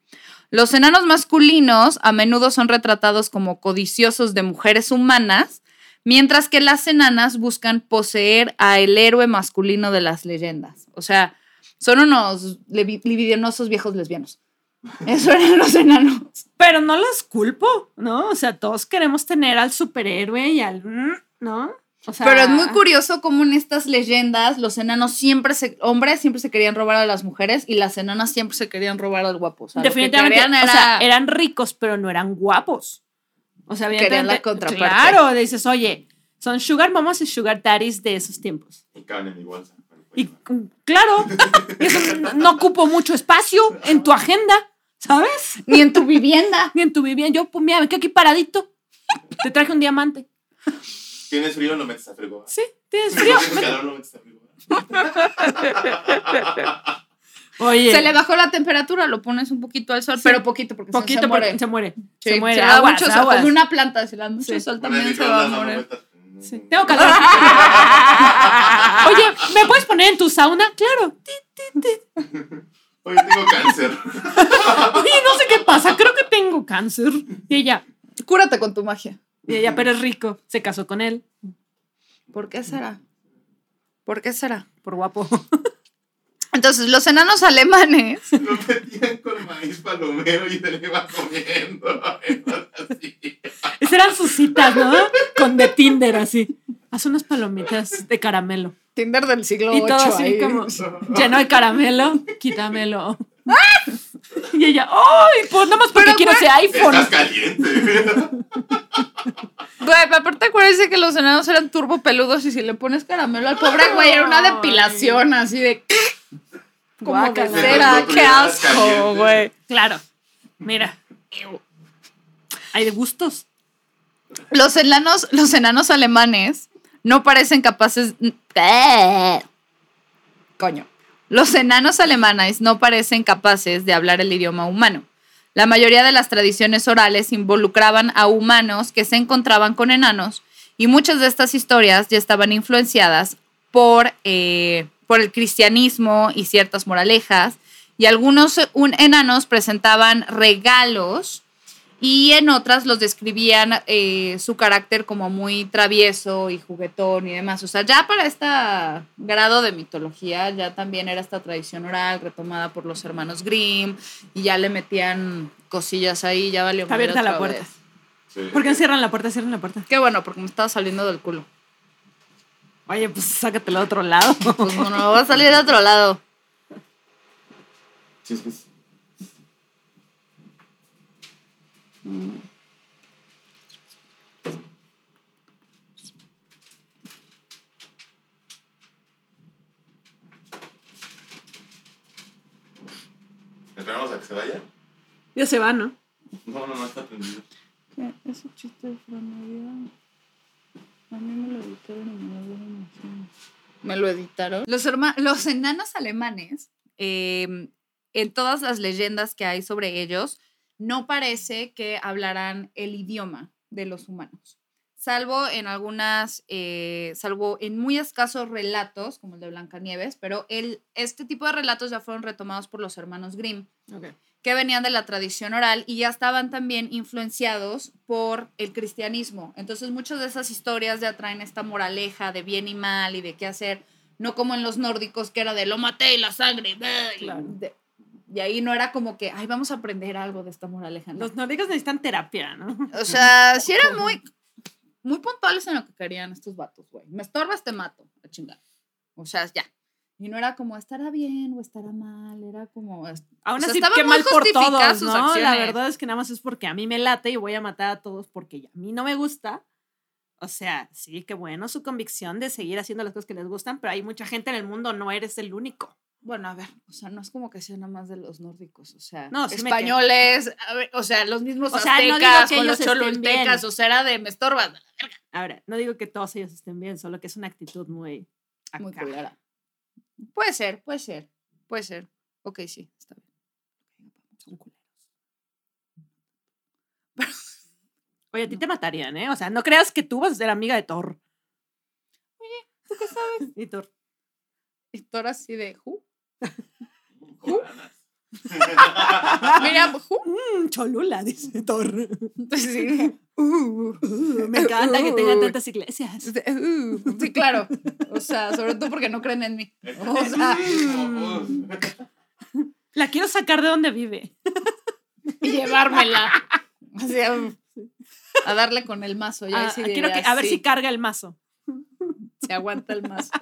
Los enanos masculinos a menudo son retratados como codiciosos de mujeres humanas, mientras que las enanas buscan poseer a el héroe masculino de las leyendas. O sea, son unos levi- libidinosos viejos lesbianos. Eso eran los enanos. Pero no los culpo, ¿no? O sea, todos queremos tener al superhéroe y al. mm, ¿No? O sea, Pero es muy curioso cómo en estas leyendas los enanos siempre se, hombres siempre se querían robar a las mujeres y las enanas siempre se querían robar al guapo. O sea, lo que Definitivamente. querían o sea, era- eran ricos, pero no eran guapos. O sea, Querían evidentemente- la contraparte. Claro, dices, oye, son sugar mamas y sugar daddies de esos tiempos. Y caben en mi bolsa. Bueno, Y pues, mm, claro, eso no- no ocupo mucho espacio en tu agenda, ¿sabes? ni en tu vivienda. Ni en tu vivienda. Yo, pues, mira, me quedo aquí paradito. Te traje un diamante. ¿Tienes frío? No metes a frigobar. Sí, tienes frío. ¿Tienes calor? No metes a frigobar. Oye, Se le bajó la temperatura, lo pones un poquito al sol, pero poquito porque poquito se, se muere. porque se muere. Sí, se muere. le da aguas, mucho sol, aguas. como una planta, si le da mucho Sí. sol Pon el también se va a microondas, no morir. metas- Sí, Tengo calor. Oye, ¿me puedes poner en tu sauna? Claro. Oye, tengo cáncer. Oye, no sé qué pasa, creo que tengo cáncer. Y ella, Cúrate con tu magia. y ella, pero es rico. Se casó con él, ¿Por qué será? ¿Por qué será? por guapo. Entonces, los enanos alemanes Lo metían con maíz palomero y se le iba comiendo. Era así. Esas eran sus citas, ¿no? Con de Tinder, así. Haz unas palomitas de caramelo. Tinder del siglo Y VIII. todo así ahí. como lleno de caramelo, quítamelo. Y ella, ¡ay! Pues nada más porque quiero Pero, güey, ese iPhone. Estás caliente. Güey, pero aparte acuérdense que los enanos eran turbo peludos y si le pones caramelo al pobre güey era una depilación así de como Guácala. cera, qué asco, güey. Claro. Mira. Hay de gustos. Los enanos, los enanos alemanes no parecen capaces Coño. Los enanos alemanes no parecen capaces de hablar el idioma humano. La mayoría de las tradiciones orales involucraban a humanos que se encontraban con enanos y muchas de estas historias ya estaban influenciadas por, eh, por el cristianismo y ciertas moralejas y algunos eh, un- enanos presentaban regalos y en otras los describían eh, su carácter como muy travieso y juguetón y demás. O sea, ya para este grado de mitología ya también era esta tradición oral retomada por los hermanos Grimm y ya le metían cosillas ahí, ya valió Está madre abierta la otra puerta. vez. Sí. ¿Por qué no cierran la puerta? Cierran la puerta. Qué bueno, porque me estaba saliendo del culo. Oye, pues sácatelo a otro lado. Pues no, no va a salir de otro lado. Chismes. ¿Esperamos a que se vaya? Ya se va, ¿no? No, no, no está prendido. ¿Qué? Ese chiste de A mí me lo editaron y me lo ¿Me lo editaron? Los, herma- los enanos alemanes, eh, en todas las leyendas que hay sobre ellos, no parece que hablaran el idioma de los humanos. Salvo en algunas, eh, salvo en muy escasos relatos, como el de Blancanieves, pero el, este tipo de relatos ya fueron retomados por los hermanos Grimm que venían de la tradición oral y ya estaban también influenciados por el cristianismo. Entonces muchas de esas historias ya traen esta moraleja de bien y mal y de qué hacer, no como en los nórdicos que era de lo maté y la sangre. bla, y Claro. de- y ahí no era como que, ay, vamos a aprender algo de esta moraleja. ¿no? Los nórdicos necesitan terapia, ¿no? O sea, sí era muy... muy puntuales en lo que querían estos vatos, güey. Me estorbas, te mato, a chingar. O sea, ya. Y no era como estará bien o estará mal, era como es- Aún O sea, así, estaban qué muy mal por todos, justificadas sus ¿no? La acciones. verdad es que nada más es porque a mí me late y voy a matar a todos porque a mí no me gusta. O sea, sí, qué bueno su convicción de seguir haciendo las cosas que les gustan, pero hay mucha gente en el mundo, no eres el único. Bueno, a ver, o sea, no es como que sea nada más de los nórdicos, o sea, No, sí me españoles, a ver, o sea, los mismos O sea, no digo aztecas que con los ellos estén cholultecas, bien. o sea, era de me estorbas. Ahora, no digo que todos ellos estén bien, solo que es una actitud muy... Muy acá. culera. Puede ser, puede ser, puede ser. Ok, sí, está bien. Son culeros. Oye, a ti te matarían, ¿eh? O sea, no creas que tú vas a ser amiga de Thor. Oye, ¿tú qué sabes? y Thor. Y tú ahora así de, ¿who? Coranas. Ah. Mira, ¿who? Mm, cholula, dice Thor. Entonces sí dije, Uh, me encanta que tengan tantas iglesias. "Uh". Sí, claro. O sea, sobre todo porque no creen en mí. O sea, La quiero sacar de donde vive. y llevármela. O sea, a darle con el mazo. ya Ah, sí quiero que, diría, a ver "Sí, si carga el mazo. se aguanta el mazo.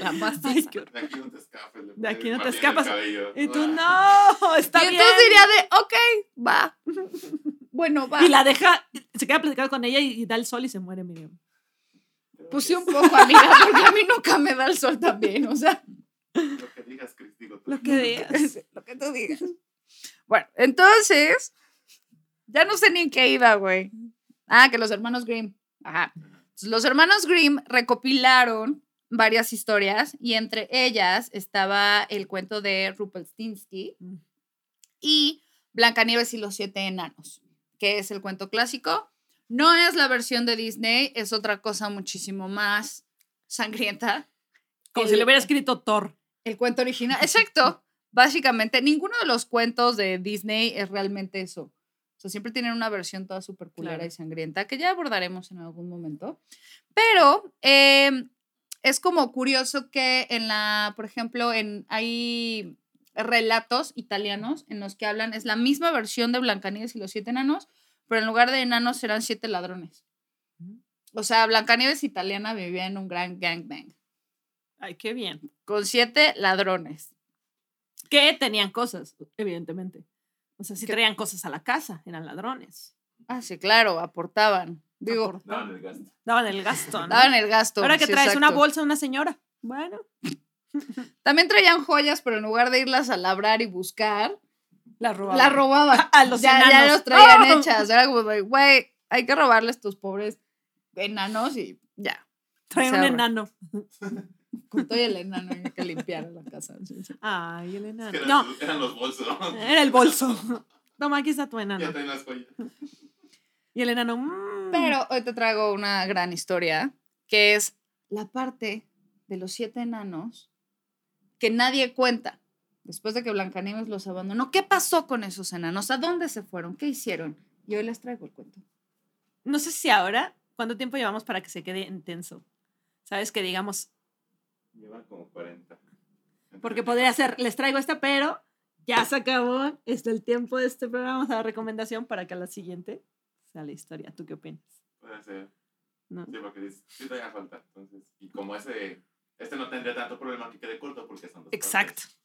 La maza. Ay, qué horror. De aquí no te escapes. le De aquí no te pones escapas. Martín en el cabello. Y tú, no, está Y bien. entonces diría de, ok, va. Bueno, va. Y la deja, se queda platicando con ella y, y da el sol y se muere Miriam. Puse un poco, amiga, porque a mí nunca me da el sol también, o sea. Lo que digas, Cris, digo tú. Lo que digas. Lo que tú digas. Bueno, entonces, ya no sé ni en qué iba, güey. Ah, que los hermanos Grimm. Ajá. Entonces, los hermanos Grimm recopilaron varias historias y entre ellas estaba el cuento de Rumpelstiltskin Mm. y Blancanieves y los siete enanos, que es el cuento clásico. No es la versión de Disney, es otra cosa muchísimo más sangrienta. Como El- si le hubiera escrito Thor. el cuento original. Exacto. Básicamente, ninguno de los cuentos de Disney es realmente eso. O sea, siempre tienen una versión toda súper culera Claro. y sangrienta, que ya abordaremos en algún momento. Pero eh, es como curioso que en la, por ejemplo, en hay relatos italianos en los que hablan, es la misma versión de Blancanieves y los siete enanos, pero en lugar de enanos serán siete ladrones. O sea, Blancanieves italiana vivía en un gran gangbang Ay, qué bien. con siete ladrones. Que tenían cosas, evidentemente. O sea, si ¿Qué? traían cosas a la casa, eran ladrones. Ah, sí, claro, aportaban. Digo, No, en Aportaban- el gasto. daban el gasto. ¿no? daban el gasto. Ahora que sí, traes una exacto. bolsa a una señora. Bueno, También traían joyas, pero en lugar de irlas a labrar y buscar, la robaban. las robaban. A los ya, ya enanos. los traían ¡Oh! hechas. Era como, de, güey, hay que robarles tus pobres enanos y ya. Traen Se un ahorra. enano. Con todo y el enano hay que limpiar la casa. Sí, sí. Ay, el Es enano. que eran, No, los- eran los bolsos. era el bolso. Toma, aquí está tu Ya enano. traen las joyas. Y el enano. mm. Pero hoy te traigo una gran historia, que es la parte de los siete enanos que nadie cuenta. Después de que Blancanieves los abandonó, ¿qué pasó con esos enanos? ¿A dónde se fueron? ¿Qué hicieron? Y hoy les traigo el cuento. No sé si ahora, ¿cuánto tiempo llevamos para que se quede intenso? ¿Sabes? Que digamos, Llevan como 40. porque podría ser, les traigo esta, pero ya se acabó. Está el tiempo de este programa. Vamos a dar recomendación para que a la siguiente sea la historia. ¿Tú qué opinas? Puede ser. ¿No? Sí, porque dices, sí te haga falta. Entonces, y como ese, este no tendría tanto problema que quede corto porque son dos Exacto. partes.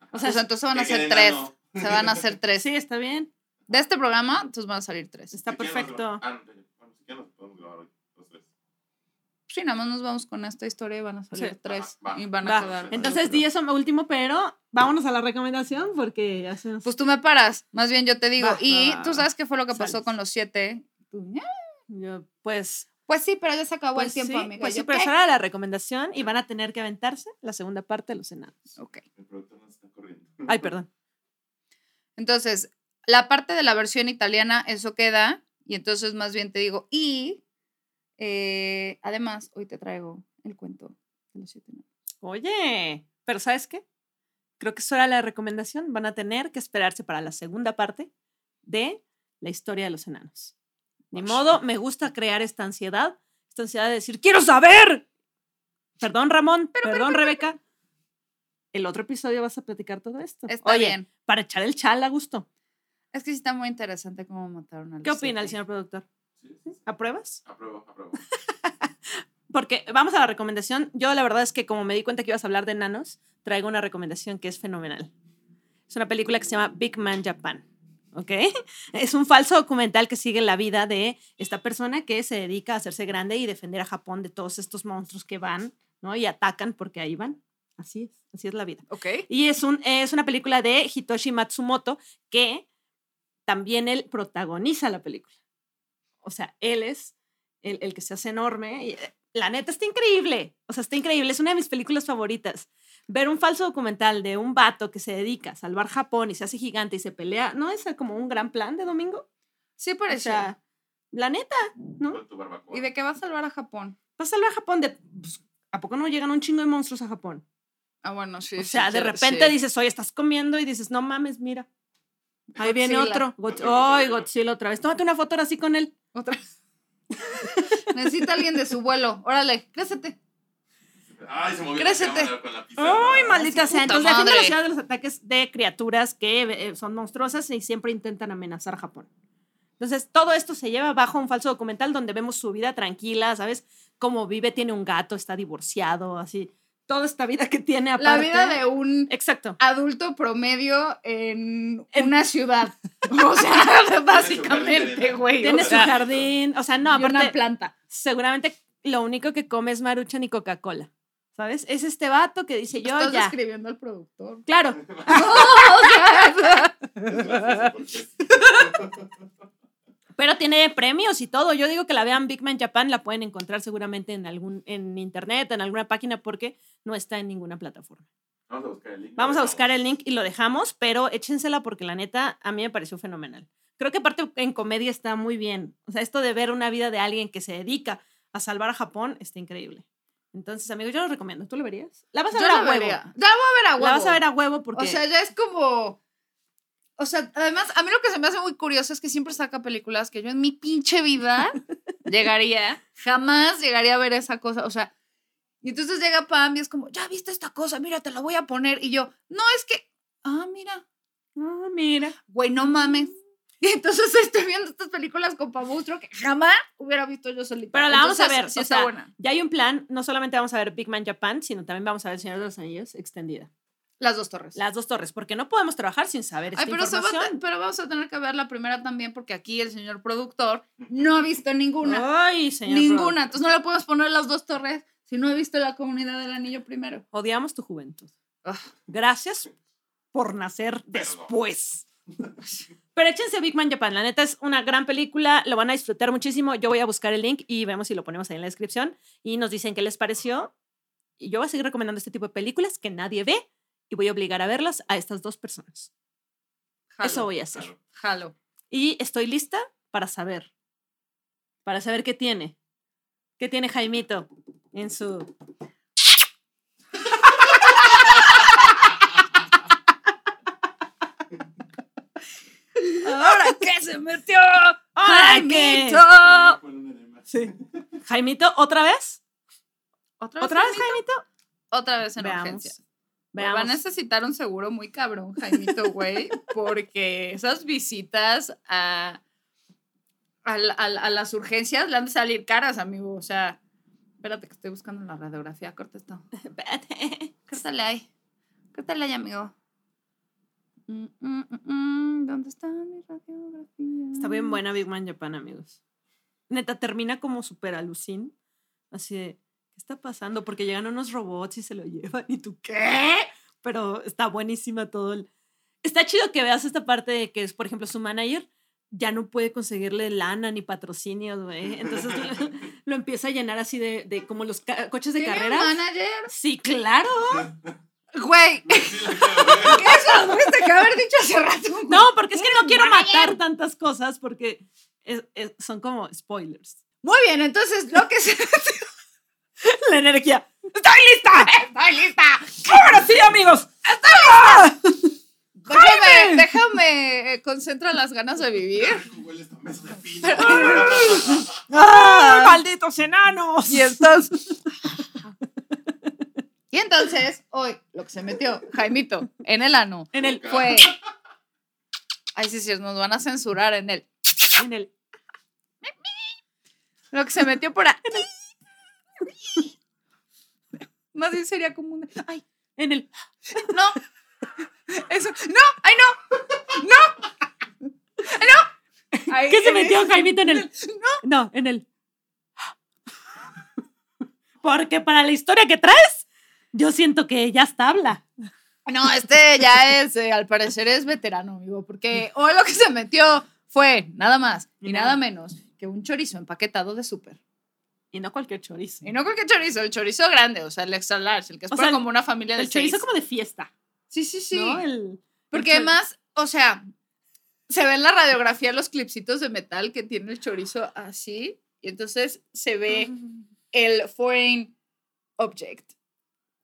Ajá. O sea, Pues, entonces van a Que ser quede tres. enano. Se van a hacer tres. Sí, está bien. De este programa, entonces van a salir tres. Está Si quieren nos perfecto. grabamos- Ah, no, pero- bueno, si quieren nos podemos grabar hoy, los tres. Sí, nada más nos vamos con esta historia y van a salir Sí. Ah, tres. Va, va. y van a Va. quedar. Entonces, di eso último, pero vámonos a la recomendación porque ya se nos- Pues tú me paras. Más bien yo te digo. Va, y va, va, tú sabes qué fue lo que pasó Sales. con los siete. Tú, "Ya". yo, pues, Pues sí, pero ya se acabó pues el tiempo, sí, amiga. pues Yo, sí, pero "¿Qué?". esa era la recomendación y van a tener que aventarse la segunda parte de los enanos. Ok. El productor nos está corriendo. Ay, perdón. Entonces, la parte de la versión italiana, eso queda. Y entonces más bien te digo, y eh, además, hoy te traigo el cuento de los siete enanos. Oye, pero ¿sabes qué? Creo que eso era la recomendación. Van a tener que esperarse para la segunda parte de la historia de los enanos. Ni Ush. modo, me gusta crear esta ansiedad, esta ansiedad de decir, quiero saber. Perdón, Ramón, perdón, Rebeca. El otro episodio vas a platicar todo esto. Está Oye, bien. para echar el chal a gusto. Es que sí está muy interesante cómo mataron a los ¿Qué opina el siete. señor productor? Sí, Sí, sí, sí. ¿Apruebas? Apruebo, apruebo. Porque vamos a la recomendación. Yo la verdad es que como me di cuenta que ibas a hablar de enanos, traigo una recomendación que es fenomenal. Es una película que se llama Big Man Japan. ¿Ok? Es un falso documental que sigue la vida de esta persona que se dedica a hacerse grande y defender a Japón de todos estos monstruos que van, ¿no? Y atacan porque ahí van. Así es, así es la vida. Ok. Y es, un, es una película de Hitoshi Matsumoto que también él protagoniza la película. O sea, él es el, el que se hace enorme. Y, eh, la neta está increíble. O sea, está increíble. Es una de mis películas favoritas. Ver un falso documental de un vato que se dedica a salvar Japón y se hace gigante y se pelea, ¿no es como un gran plan de domingo? Sí, O parece. sea, la neta, ¿no? Con tu barbacoa. ¿Y de qué va a salvar a Japón? Vas a salvar a Japón de... pues, ¿A poco no llegan un chingo de monstruos a Japón? Ah, bueno, sí. O sí, sea, de sí, repente sí. dices, oye, estás comiendo y dices, no mames, mira. Ahí viene Godzilla. otro. Got- Ay, Godzilla otra vez. Tómate una foto ahora sí con él. Otra. Necesita alguien de su vuelo. Órale, crécete. Ay, se movió Crécete. la cámara con la pizarra. Ay, maldita sí, sea. puta Entonces, defiende madre. la ciudad de los ataques de criaturas que eh, son monstruosas y siempre intentan amenazar Japón. Entonces, todo esto se lleva bajo un falso documental donde vemos su vida tranquila, ¿sabes? Cómo vive, tiene un gato, está divorciado, así. Toda esta vida que tiene La aparte. vida de un Exacto. adulto promedio en, En- una ciudad. O sea, básicamente, jardinera. güey. Tiene o su sea, jardín. O sea, no, y una aparte, planta. seguramente lo único que come es marucha ni Coca-Cola. ¿Sabes? Es este vato que dice yo Estás ya. describiendo al productor. Claro, pero tiene premios y todo. Yo digo que la vean Big Man Japan, la pueden encontrar seguramente en algún en internet, en alguna página porque no está en ninguna plataforma. Vamos a buscar el link. Vamos a buscar el link y lo dejamos, pero échensela porque la neta a mí me pareció fenomenal. Creo que aparte en comedia está muy bien. O sea, esto de ver una vida de alguien que se dedica a salvar a Japón está increíble. Entonces, amigos, yo lo recomiendo. ¿Tú lo verías? La vas a Yo ver a la huevo. vería. Ya voy a ver a huevo. La vas a ver a huevo porque O sea, ya es como. O sea, además, a mí lo que se me hace muy curioso es que siempre saca películas que yo en mi pinche vida llegaría, jamás llegaría a ver esa cosa. O sea, y entonces llega Pam y es como, ya viste esta cosa, mira, te la voy a poner. Y yo, no, es que, ah, mira, ah, mira. güey, no mames. Y entonces estoy viendo estas películas con Pam Bustro que jamás hubiera visto yo solita. Pero la vamos a Entonces, ver, Sí, o está sea, buena. Ya hay un plan, no solamente vamos a ver Big Man Japan, sino también vamos a ver El Señor de los Anillos extendida. Las dos torres. Las dos torres, porque no podemos trabajar sin saber esta Ay, pero, se va a información. te- pero vamos a tener que ver la primera también porque aquí el señor productor no ha visto ninguna. Ay, Oh, señor. Ninguna. Brown. Entonces no le podemos poner las dos torres si no he visto la comunidad del anillo primero. Odiamos tu juventud. Ugh. Gracias por nacer después. Pero échense Big Man Japan, la neta es una gran película, lo van a disfrutar muchísimo. Yo voy a buscar el link y vemos si lo ponemos ahí en la descripción y nos dicen qué les pareció. Y yo voy a seguir recomendando este tipo de películas que nadie ve y voy a obligar a verlas a estas dos personas. Jalo, Eso voy a hacer. Jalo. Y estoy lista para saber. Para saber qué tiene. ¿Qué tiene Jaimito en su. ¡Ahora que se metió! ¡Ahora qué! Jaimito! Sí. ¿Jaimito otra vez? ¿Otra vez? ¿Otra vez Jaimito? Otra vez en Veamos. urgencia. Va a Veamos. necesitar un seguro muy cabrón, Jaimito, güey, porque esas visitas a, a, la- a la- a las urgencias le han de salir caras, amigo. O sea, espérate que estoy buscando la radiografía, corta esto. Espérate. Córtale ahí. Córtale ahí, amigo. Mm, mm, mm, mm. ¿Dónde está mi radiografía? Está bien buena Big Man Japan, amigos. Neta, termina como super alucin. Así de, ¿qué está pasando? Porque llegan unos robots y se lo llevan. ¿Y tú qué? Pero está buenísima todo el... Está chido que veas esta parte de que es, por ejemplo, su manager ya no puede conseguirle lana ni patrocinios, güey. Entonces lo, lo empieza a llenar así de, de como los ca- coches de ¿Tiene un carrera. manager? Sí, claro. Güey, ¿qué eso? ¿Dónde te acabo de haber dicho hace rato? güey? No, porque es que no quiero matar tantas cosas porque es- es- son como spoilers. Muy bien, entonces lo que se... La energía. ¡Estoy lista! ¡Estoy lista! Ahora sí, amigos. Déjame, déjame, eh, concentra las ganas de vivir. ¡Ah! ¡Malditos enanos! Y entonces... Y entonces, hoy, lo que se metió Jaimito en el ano En el, fue... Ay, sí, sí, nos van a censurar en el... en el. Lo que se metió por ahí. Más bien sería como un. ¡Ay! En el. ¡No! Eso. ¡No! ¡Ay, no! ¡No! ¡Ay, no! Ay, ¿Qué se Eh, en el- metió Jaimito en el? ¡No! No, en el. Porque para la historia que traes, yo siento que ya está habla. No, este ya es, eh, al parecer es veterano, amigo, porque hoy lo que se metió fue nada más y Y nada nada. menos que un chorizo empaquetado de súper. Y no cualquier chorizo. Y no cualquier chorizo, el chorizo grande, o sea, el extra large, el que es O para sea, como una familia de El chorizo seis. como de fiesta. Sí, sí, sí. ¿no? El- porque el chor- además, o sea, se ve en la radiografía los clipsitos de metal que tiene el chorizo así, y entonces se ve el foreign object.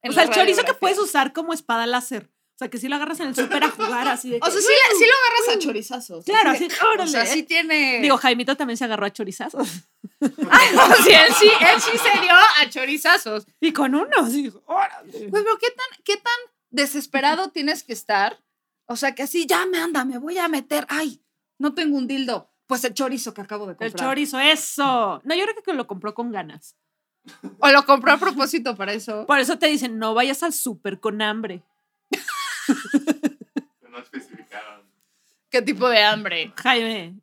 en O sea, la el chorizo que radiografía. puedes usar como espada láser. O sea, que si lo agarras en el súper a jugar así de. que- O sea, sí, le- sí lo agarras a chorizazos. claro, así así, de- órale. O sea, sí tiene. Digo, Jaimito también se agarró a chorizazos. Ay, no, sí, él sí, él sí se dio a chorizazos. Y con uno, así, órale. Pues, pero ¿qué tan, qué tan desesperado tienes que estar? O sea, que así, ya me anda, me voy a meter. Ay, no tengo un dildo. Pues el chorizo que acabo de El comprar. chorizo, eso. No, yo creo que lo compró con ganas. o lo compró a propósito para eso. Por eso te dicen, no vayas al súper con hambre. No especificaron. ¿Qué tipo de hambre? Jaime,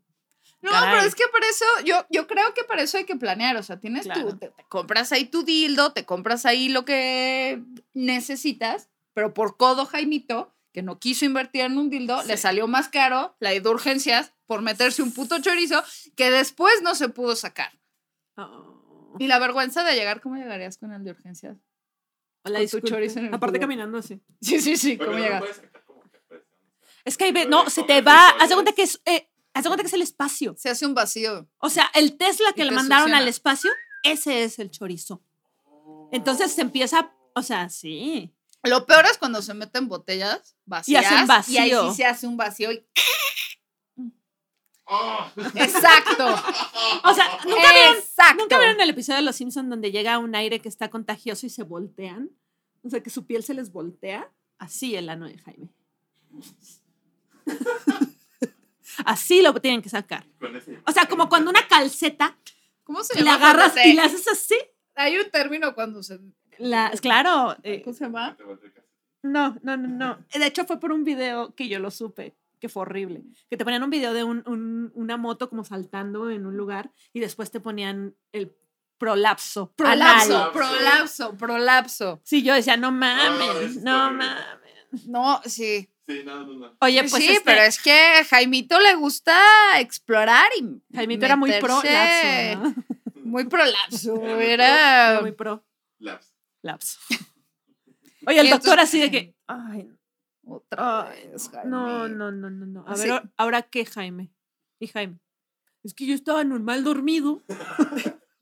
No, Caray. pero es que para eso, yo, yo creo que para eso hay que planear. O sea, tienes Claro. tú, te, te compras ahí tu dildo, te compras ahí lo que necesitas, pero por codo Jaimito, que no quiso invertir en un dildo, le Sí. salió más caro la de urgencias por meterse un puto chorizo que después no se pudo sacar. Oh. Y la vergüenza de llegar, ¿cómo llegarías con el de urgencias? Hola, tu disculpe. chorizo en el Aparte culo. caminando así. Sí, sí, sí, Oye, ¿cómo pero no llegar? puedes sacar como que presión. Es que ahí ve, Pero no, de se te comer, va. de Haz de cuenta comer. que es, eh, haz de cuenta que es el espacio. Se hace un vacío. O sea, el Tesla Y que le te mandaron succiona. al espacio, ese es el chorizo. Entonces se empieza, o sea, sí. Lo peor es cuando se meten botellas vacías. Y ahí vacío. sí se hace un vacío. y- ¡Oh! Exacto. O sea, nunca vieron, Exacto. nunca vieron el episodio de Los Simpsons donde llega un aire que está contagioso y se voltean. O sea, que su piel se les voltea. Así el ano de Jaime. Así lo tienen que sacar. Con ese- O sea, como cuando una calceta ¿Cómo se la llama? agarras Cuando se- y la haces así. Hay un término cuando se. La, claro. eh, ¿Cómo se llama? Te volteas. No, no, no, no. De hecho, fue por un video que yo lo supe, que fue horrible. Que te ponían un video de un- un- una moto como saltando en un lugar y después te ponían el prolapso. Prolapso, anal. prolapso, prolapso. Sí, yo decía, no Ah, mames, eso está no horrible. mames. No, sí. Sí, no, no, no. Oye, pues sí, este, pero es que Jaimito le gusta explorar y. Jaimito era muy pro meterse- lapso, ¿no? Muy prolapso. Era muy Era Era. muy pro Laps. lapso. Oye, el Y entonces- doctor así de que, ay, Otra ay, vez, no, Jaime. no, no, no, no. A Así- ver, ahora- ¿ahora qué, Jaime? Y Jaime, es que yo estaba normal dormido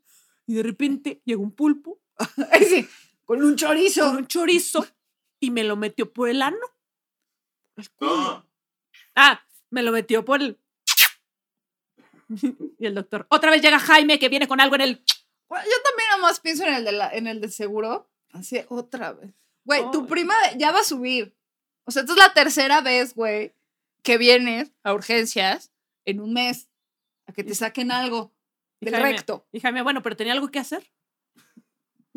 y de repente llegó un pulpo Sí, Con un chorizo. con un chorizo y me lo metió por el ano. Oh. No. Ah, me lo metió por el. Y el doctor. Otra vez llega Jaime que viene con algo en el. Bueno, yo también nomás pienso en el de la, en el del seguro. Así otra vez. Güey, tu Ay. prima ya va a subir. O sea, esta es la tercera vez, güey, que vienes a urgencias en un mes a que te saquen algo Y del Jaime- recto. Y Jaime, bueno, pero tenía algo que hacer.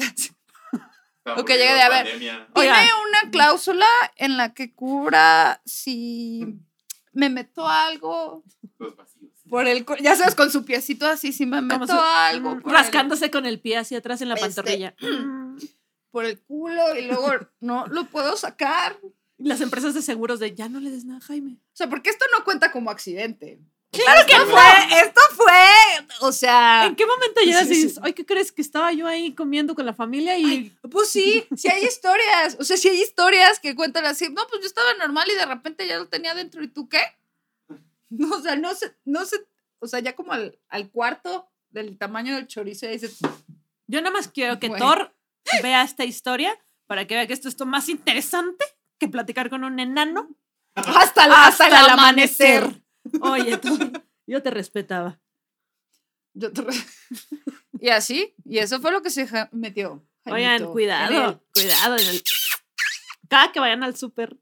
Está Ok, llegué de a ver. pandemia. Oiga. Tiene una cláusula en la que cubra si Mm. me meto algo Los vacíos. por el... co- Ya sabes, con su piecito así, si me meto Como su- algo. Mm, por el- rascándose con el pie hacia atrás en la Este, pantorrilla. por el culo y luego no lo puedo sacar. Las empresas de seguros de ya no le des nada a Jaime. O sea, porque esto no cuenta como accidente. ¡Claro Esto fue, esto fue, o sea, ¿En qué momento llegas Ah, pues Sí, sí. y dices, ay, ¿qué crees? Que estaba yo ahí comiendo con la familia y. pues sí, si hay historias, o sea, si hay historias que cuentan así, no, pues yo estaba normal y de repente ya lo tenía dentro, ¿y tú qué? No, o sea, no sé, no sé, o sea, ya como al, al cuarto del tamaño del chorizo, ya dices, Yo nada más quiero que Güey. Thor vea esta historia para que vea que esto es más interesante que platicar con un enano hasta, el- hasta, hasta el amanecer. Oye, Thor, yo te respetaba. Yo te re- y así, y eso fue lo que se ja- metió. Oigan, Jaimito, en el- cuidado, cuidado. en el- Cada que vayan al súper,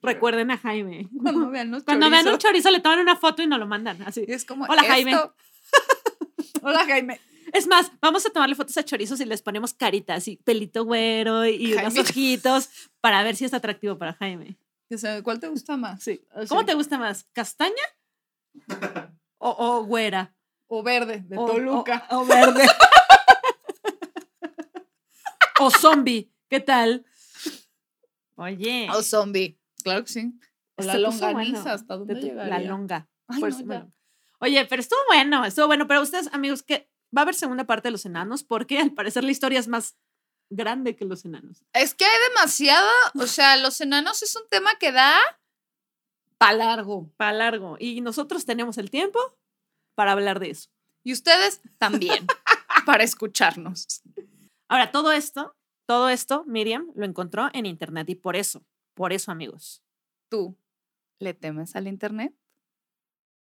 recuerden a Jaime. Cuando vean los Cuando vean chorizos. un chorizo, le toman una foto y nos lo mandan. Así. Y es como. Hola, Jaime. Hola, Jaime. Es más, vamos a tomarle fotos a chorizos y les ponemos caritas y pelito güero y unos Jaime. ojitos para ver si es atractivo para Jaime. O sea, ¿Cuál te gusta más? Sí. O sea, ¿Cómo te gusta más? ¿Castaña? O, o güera. O verde, de o, Toluca. O, o verde. o zombie. ¿Qué tal? Oye. O zombie. Claro que sí. O la se puso longaniza, bueno. ¿hasta dónde De tu- llegaría? La longa. Ay, Por no, su- ya. Pues bueno. Oye, pero estuvo bueno, estuvo bueno. Pero ustedes, amigos, que va a haber segunda parte de los enanos porque al parecer la historia es más grande que los enanos. Es que hay demasiado, o sea, los enanos es un tema que da pa largo. Para largo. Y nosotros tenemos el tiempo para hablar de eso. Y ustedes también, para escucharnos. Ahora, todo esto, todo esto, Miriam lo encontró en internet y por eso, por eso, amigos. ¿Tú le temes al internet?